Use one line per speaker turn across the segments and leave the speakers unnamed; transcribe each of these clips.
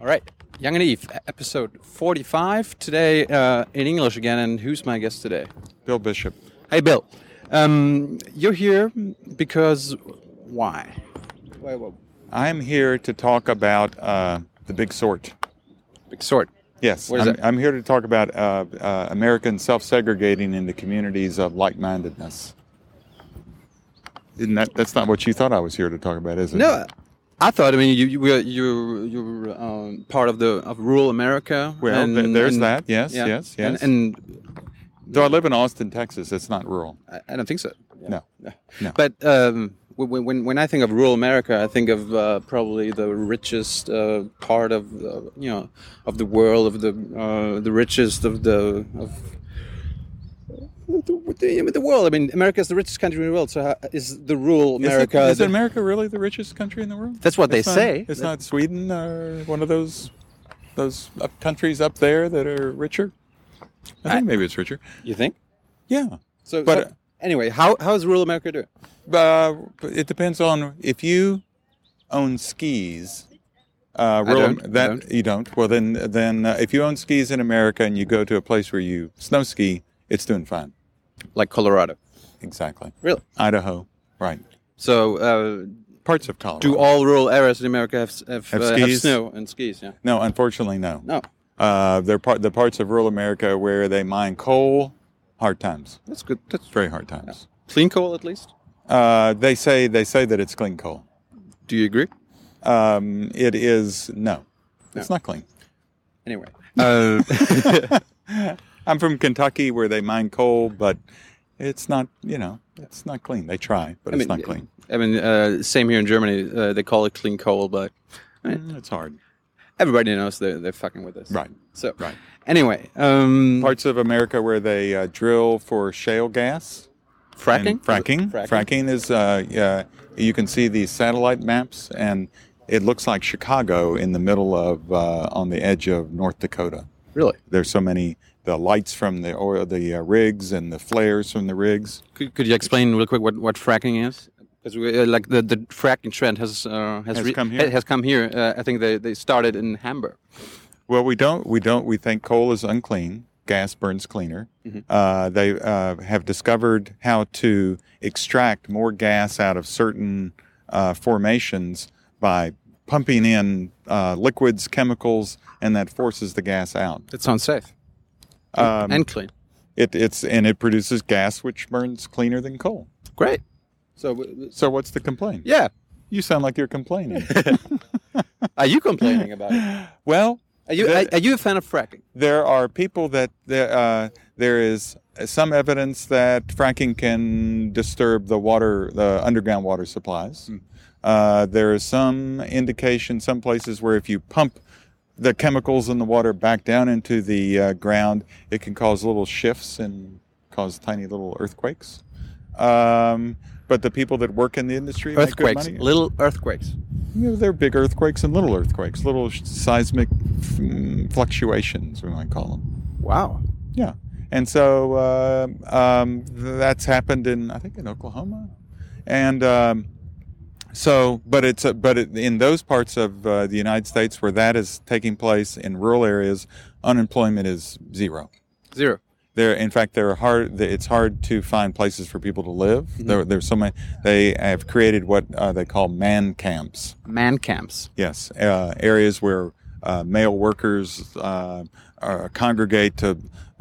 All right, Young and Eve, e-, episode 45. Today uh, in English again, and who's my guest today?
Bill Bishop.
Hey, Bill. Um, you're here because why? Why? why-
I'm here to talk about uh, the big sort.
Big sword.
Yes,
What is
I'm,
that?
I'm here to talk about uh, uh, Americans self-segregating into communities of like-mindedness. Isn't that that's not what you thought I was here to talk about, is it?
No, I thought. I mean, you you were- you you're um, part of the of rural America.
Well,
and-
th- there's
and-
that. Yes, yes, yes.
And, and
Though I live in Austin, Texas, it's not rural.
I- I don't think so.
No. No.
But um, when, when when I think of rural America, I think of uh, probably the richest uh, part of the, you know of the world, of the uh, the richest of the of the, the, the world. I mean, America is the richest country in the world. So how, is the rural
Is it-
America?
Is,
the-
America really the richest country in the world?
That's what they
It's not-
say.
It's not Sweden or one of those those up countries up there that are richer. I think maybe it's richer.
you think?
Yeah.
So,
But-
so- anyway, how how is rural America doing?
Uh, it depends on if you own skis. Uh,
I
rural-
don't, I
that
don't.
you don't. Well, then, then uh, if you own skis in America and you go to a place where you snow ski, it's doing fine.
Like Colorado,
Exactly.
really?
Idaho, right?
So. Uh,
Parts of Colorado.
do all rural areas in America have s- have,
Have
uh, have
skis?
snow and skis? Yeah.
no, unfortunately, no.
No,
Uh, they're part the parts of rural America where they mine coal. Hard times.
that's good. That's
Very hard times.
clean coal, at least.
Uh, they say they say that it's clean coal.
Do you agree?
Um, it is no. It's not clean.
Anyway, uh,
Um, I'm from Kentucky where they mine coal, but it's not, you know, it's not clean. They try, but
I mean,
it's not clean.
I mean, uh, same here in Germany. Uh, they call it clean coal, but
Mm, It's hard.
everybody knows they're, they're fucking with us.
Right.
So,
Right.
anyway, um,
Parts of America where they uh, drill for shale gas. and
fracking?
Fracking.
Fracking.
Fracking is, uh, uh, you can see these satellite maps, and it looks like Chicago in the middle of, uh, on the edge of North Dakota.
Really?
There's so many, the lights from the, or the uh, rigs and the flares from the rigs.
Could, could you explain real quick what, what fracking is? Because uh, like the, the fracking trend has uh, has,
Has
re-
come here.
Has come here. Uh, I think they, they started in Hamburg.
Well, we don't. We don't. We think coal is unclean. Gas burns cleaner.
Mm-hmm.
Uh, they uh, have discovered how to extract more gas out of certain uh, formations by pumping in uh, liquids, chemicals, and that forces the gas out.
That sounds safe
Um,
and clean.
it, it's and it produces gas which burns cleaner than coal.
Great. So, w- w-
So what's the complaint?
yeah,
You sound like you're complaining.
are you complaining about it?
well,
Are you are,
That-
are you a fan of fracking?
there are people that there, uh, there is some evidence that fracking can disturb the water, the underground water supplies. Uh, there is some indication, some places where if you pump the chemicals in the water back down into the uh, ground, it can cause little shifts and cause tiny little earthquakes. Um, but the people that work in the industry make good
Earthquakes,
money.
little earthquakes.
You know, there are big earthquakes and little earthquakes, little sh- seismic mm, fluctuations, we might call them.
Wow.
Yeah, and so uh, um, th- that's happened in I think in Oklahoma, and um, so but it's a, but it, in those parts of uh, the United States where that is taking place in rural areas, unemployment is zero.
Zero.
There, in fact, there are hard. th- It's hard to find places for people to live. There, there's so many. They have created what uh, they call man camps.
Man camps.
Yes, uh, areas where uh, male workers uh, are, congregate to uh,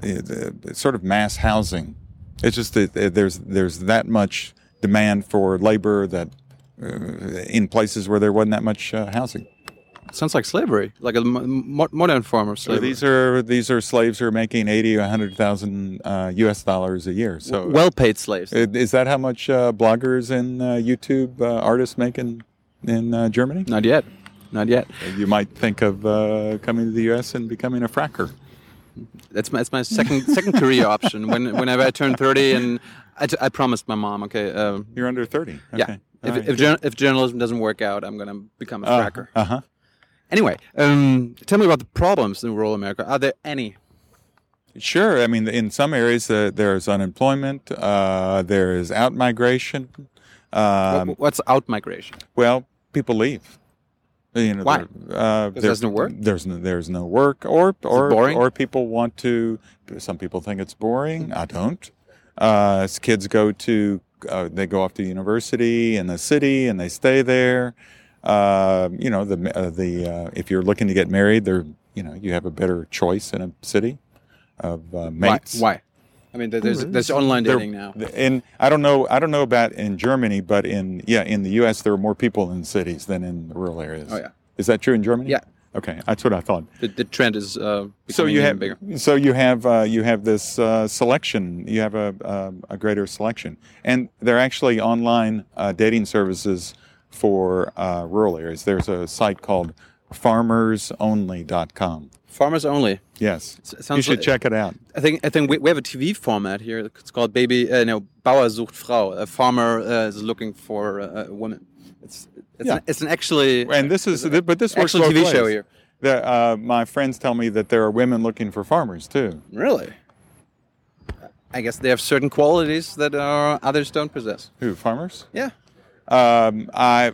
the- sort of mass housing. It's just that uh, there's there's that much demand for labor that uh, in places where there wasn't that much uh, housing.
Sounds like slavery, like a mo- mo- modern form of
So
slavery.
these are these are slaves who are making eighty or hundred thousand uh, U.S. dollars a year. So
well-paid slaves.
i- is that how much uh, bloggers and uh, YouTube uh, artists make in in uh, Germany?
Not yet. Not yet.
You might think of uh, coming to the U.S. and becoming a fracker.
That's my, that's my second second career option. When whenever I turn thirty, and I, t- I promised my mom, okay, um,
You're under 30.
yeah,
Okay.
if, if, jour- if journalism doesn't work out, I'm gonna become a tracker.
Uh huh.
Anyway, um, tell me about the problems in rural America. Are there any?
Sure. I mean, in some areas, uh, there's unemployment, uh, there is out migration.
Wh-
Um,
What's out migration?
well, people leave. You know,
Why?
there- Uh, there-
there's no work?
There's no, there's no work, or or
boring?
or people want to. Some people think it's boring. I don't. Uh, s- kids go to uh, they go off to university in the city and they stay there. Uh, you know the uh, the uh, if you're looking to get married, there you know you have a better choice in a city of uh,
Why?
mates.
Why? I mean, there- there's there's online
There-
dating now.
And I don't know, I don't know about in Germany, but in yeah, in the U.S. there are more people in cities than in rural areas.
Oh, yeah.
is that true in Germany?
Yeah.
Okay, that's what I thought.
The, the trend is uh,
So
becoming
you
even
have
bigger.
so you have uh, you have this uh, selection. You have a um, a greater selection, and there are actually online uh, dating services for uh, rural areas. There's a site called FarmersOnly.com.
Farmers only.
Yes,
S-
you
sounds
should
like-
check it out.
I think I think we, we have a TV format here. It's called Baby. Uh, no, Bauer sucht Frau. A farmer uh, is looking for uh, a woman. It's it's,
Yeah.
an, it's an actually
and this is but this works
Excellent
both
TV show
ways.
here.
The, uh, my friends tell me that there are women looking for farmers too.
really. I guess they have certain qualities that uh, others don't possess.
Who farmers?
Yeah,
Um, I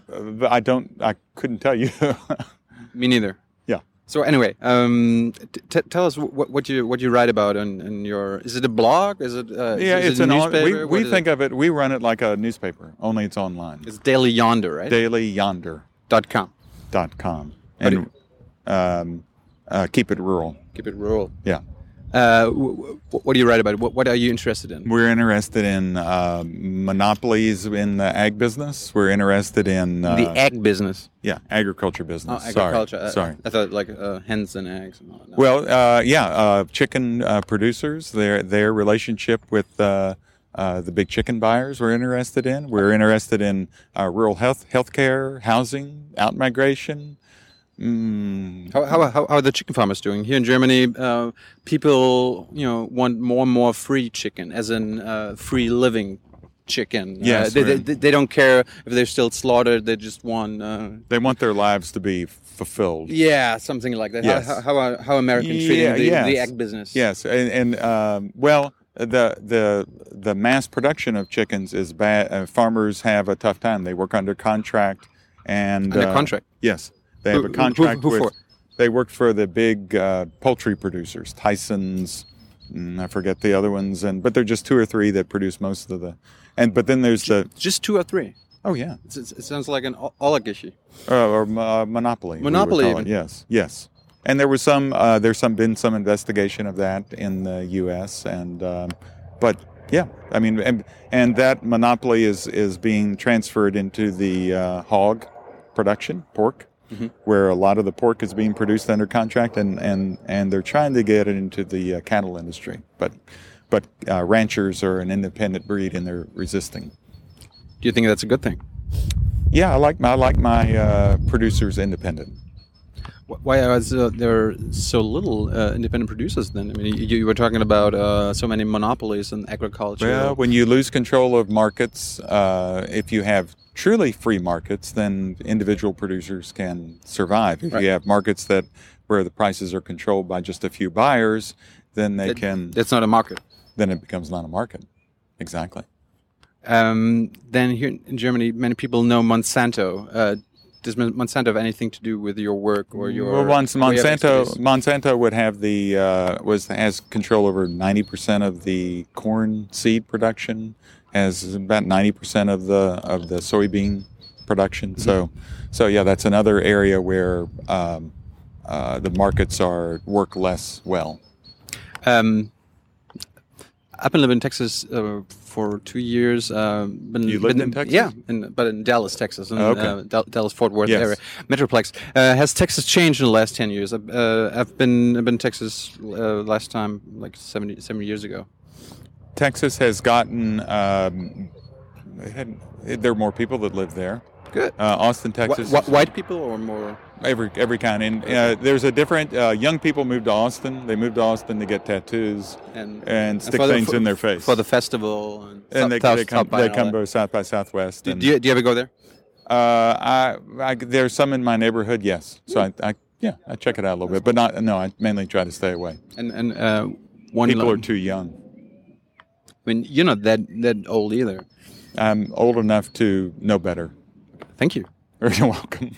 I don't I couldn't tell you.
me neither.
yeah.
So anyway, um, t- t- tell us what, what you what you write about in, in your. Is it a blog? Is it uh, is
Yeah,
it
it's
a
an on-
newspaper?
we,
What
we
is
think
it?
of it we run it like a newspaper, only it's online.
it's Daily Yonder, right?
dailyyonder.com
dot com. But
and um, uh, keep it rural.
Keep it rural.
Yeah.
Uh, w- w- what do you write about? What, what are you interested in?
We're interested in uh, monopolies in the ag business. We're interested in uh,
the egg business.
yeah agriculture
Oh,
business. Sorry.
agriculture. I-
Sorry.
I, thought like uh, hens and eggs. And all that.
Well, uh, yeah, uh, chicken uh, producers, their their relationship with uh, uh, the big chicken buyers, we're interested in. We're interested in uh, rural health, healthcare, housing, out migration. Mm,
how, how, how, how are the chicken farmers doing here in Germany? Uh, people, you know, want more and more free chicken, as in uh, free living chicken.
Yes,
uh, they, they,
right.
they, they don't care if they're still slaughtered. They just want, uh,
they want their lives to be fulfilled.
yeah, something like that.
Yes.
How, how, are, how American
Yeah,
treating the,
yes.
the egg business?
Yes, and, and um, well, the the the mass production of chickens is bad. Uh, farmers have a tough time. They work under contract, and uh,
Under contract?
Yes, they
Who-
have a
who-
contract
who
with.
for?
They work for the big uh, poultry producers, Tyson's. mm, I forget the other ones, and but they're just two or three that produce most of the, and but then there's the
Just two or three.
oh yeah,
It's, it's, it sounds like an o- oligarchy.
uh, or uh, monopoly. we would
Monopoly
call it.
even.
Yes, yes. And there was some. Uh, there's some been some investigation of that in the U.S. And um, but yeah, I mean, and, and that monopoly is is being transferred into the uh, hog production, pork,
Mm-hmm.
where a lot of the pork is being produced under contract, and and and they're trying to get it into the uh, cattle industry, but. But uh, ranchers are an independent breed, and they're resisting.
Do you think that's a good thing?
Yeah, I like my I like my uh, producers independent.
Wh- Why are so- there so little uh, independent producers then? I mean, you, you were talking about uh, so many monopolies in agriculture.
Well, when you lose control of markets, uh, if you have truly free markets, then individual producers can survive. If
Right.
you have markets that where the prices are controlled by just a few buyers, then they
That-
can
that's not a market.
then it becomes not a market. Exactly.
Um, then here in Germany, many people know Monsanto. Uh, does Mon- Monsanto have anything to do with your work or your?
Mm, well, Mons-
or your
Monsanto
expertise?
Monsanto would have the uh, was has control over ninety percent of the corn seed production, has about ninety percent of the of the soybean production. So, so yeah, that's another area where um, uh, the markets are work less well.
Um, I've been living in Texas uh, for two years. Um, been,
You lived
been-
in Texas?
Yeah, in, but in Dallas, Texas, in
Oh, okay.
uh, Dal- Dallas Fort Worth
Yes.
area, Metroplex. Uh, has Texas changed in the last ten years? Uh, I've been I've been in Texas uh, last time like 70, 70 years ago.
Texas has gotten um, it had, there are more people that live there.
Good.
Uh, Austin,
Wh-
Texas.
wh- white people or more?
every every kind. And uh, there's a different. Uh, young people move to Austin. They move to Austin to get tattoos
And-
and,
and
stick
for the-
things
for-
in their face.
for the festival and,
and they,
South-
they come
South by
they
and all
come
that.
to South by Southwest.
Do-
and,
do, you, do you ever go there?
uh, I, I there's some in my neighborhood. Yes, so I, I yeah I check it out a little bit, but not no. I mainly try to stay away.
And and uh, one.
People
lo-
are too young.
I mean, you're not that that old either.
I'm old enough to know better.
Thank you.
You're welcome.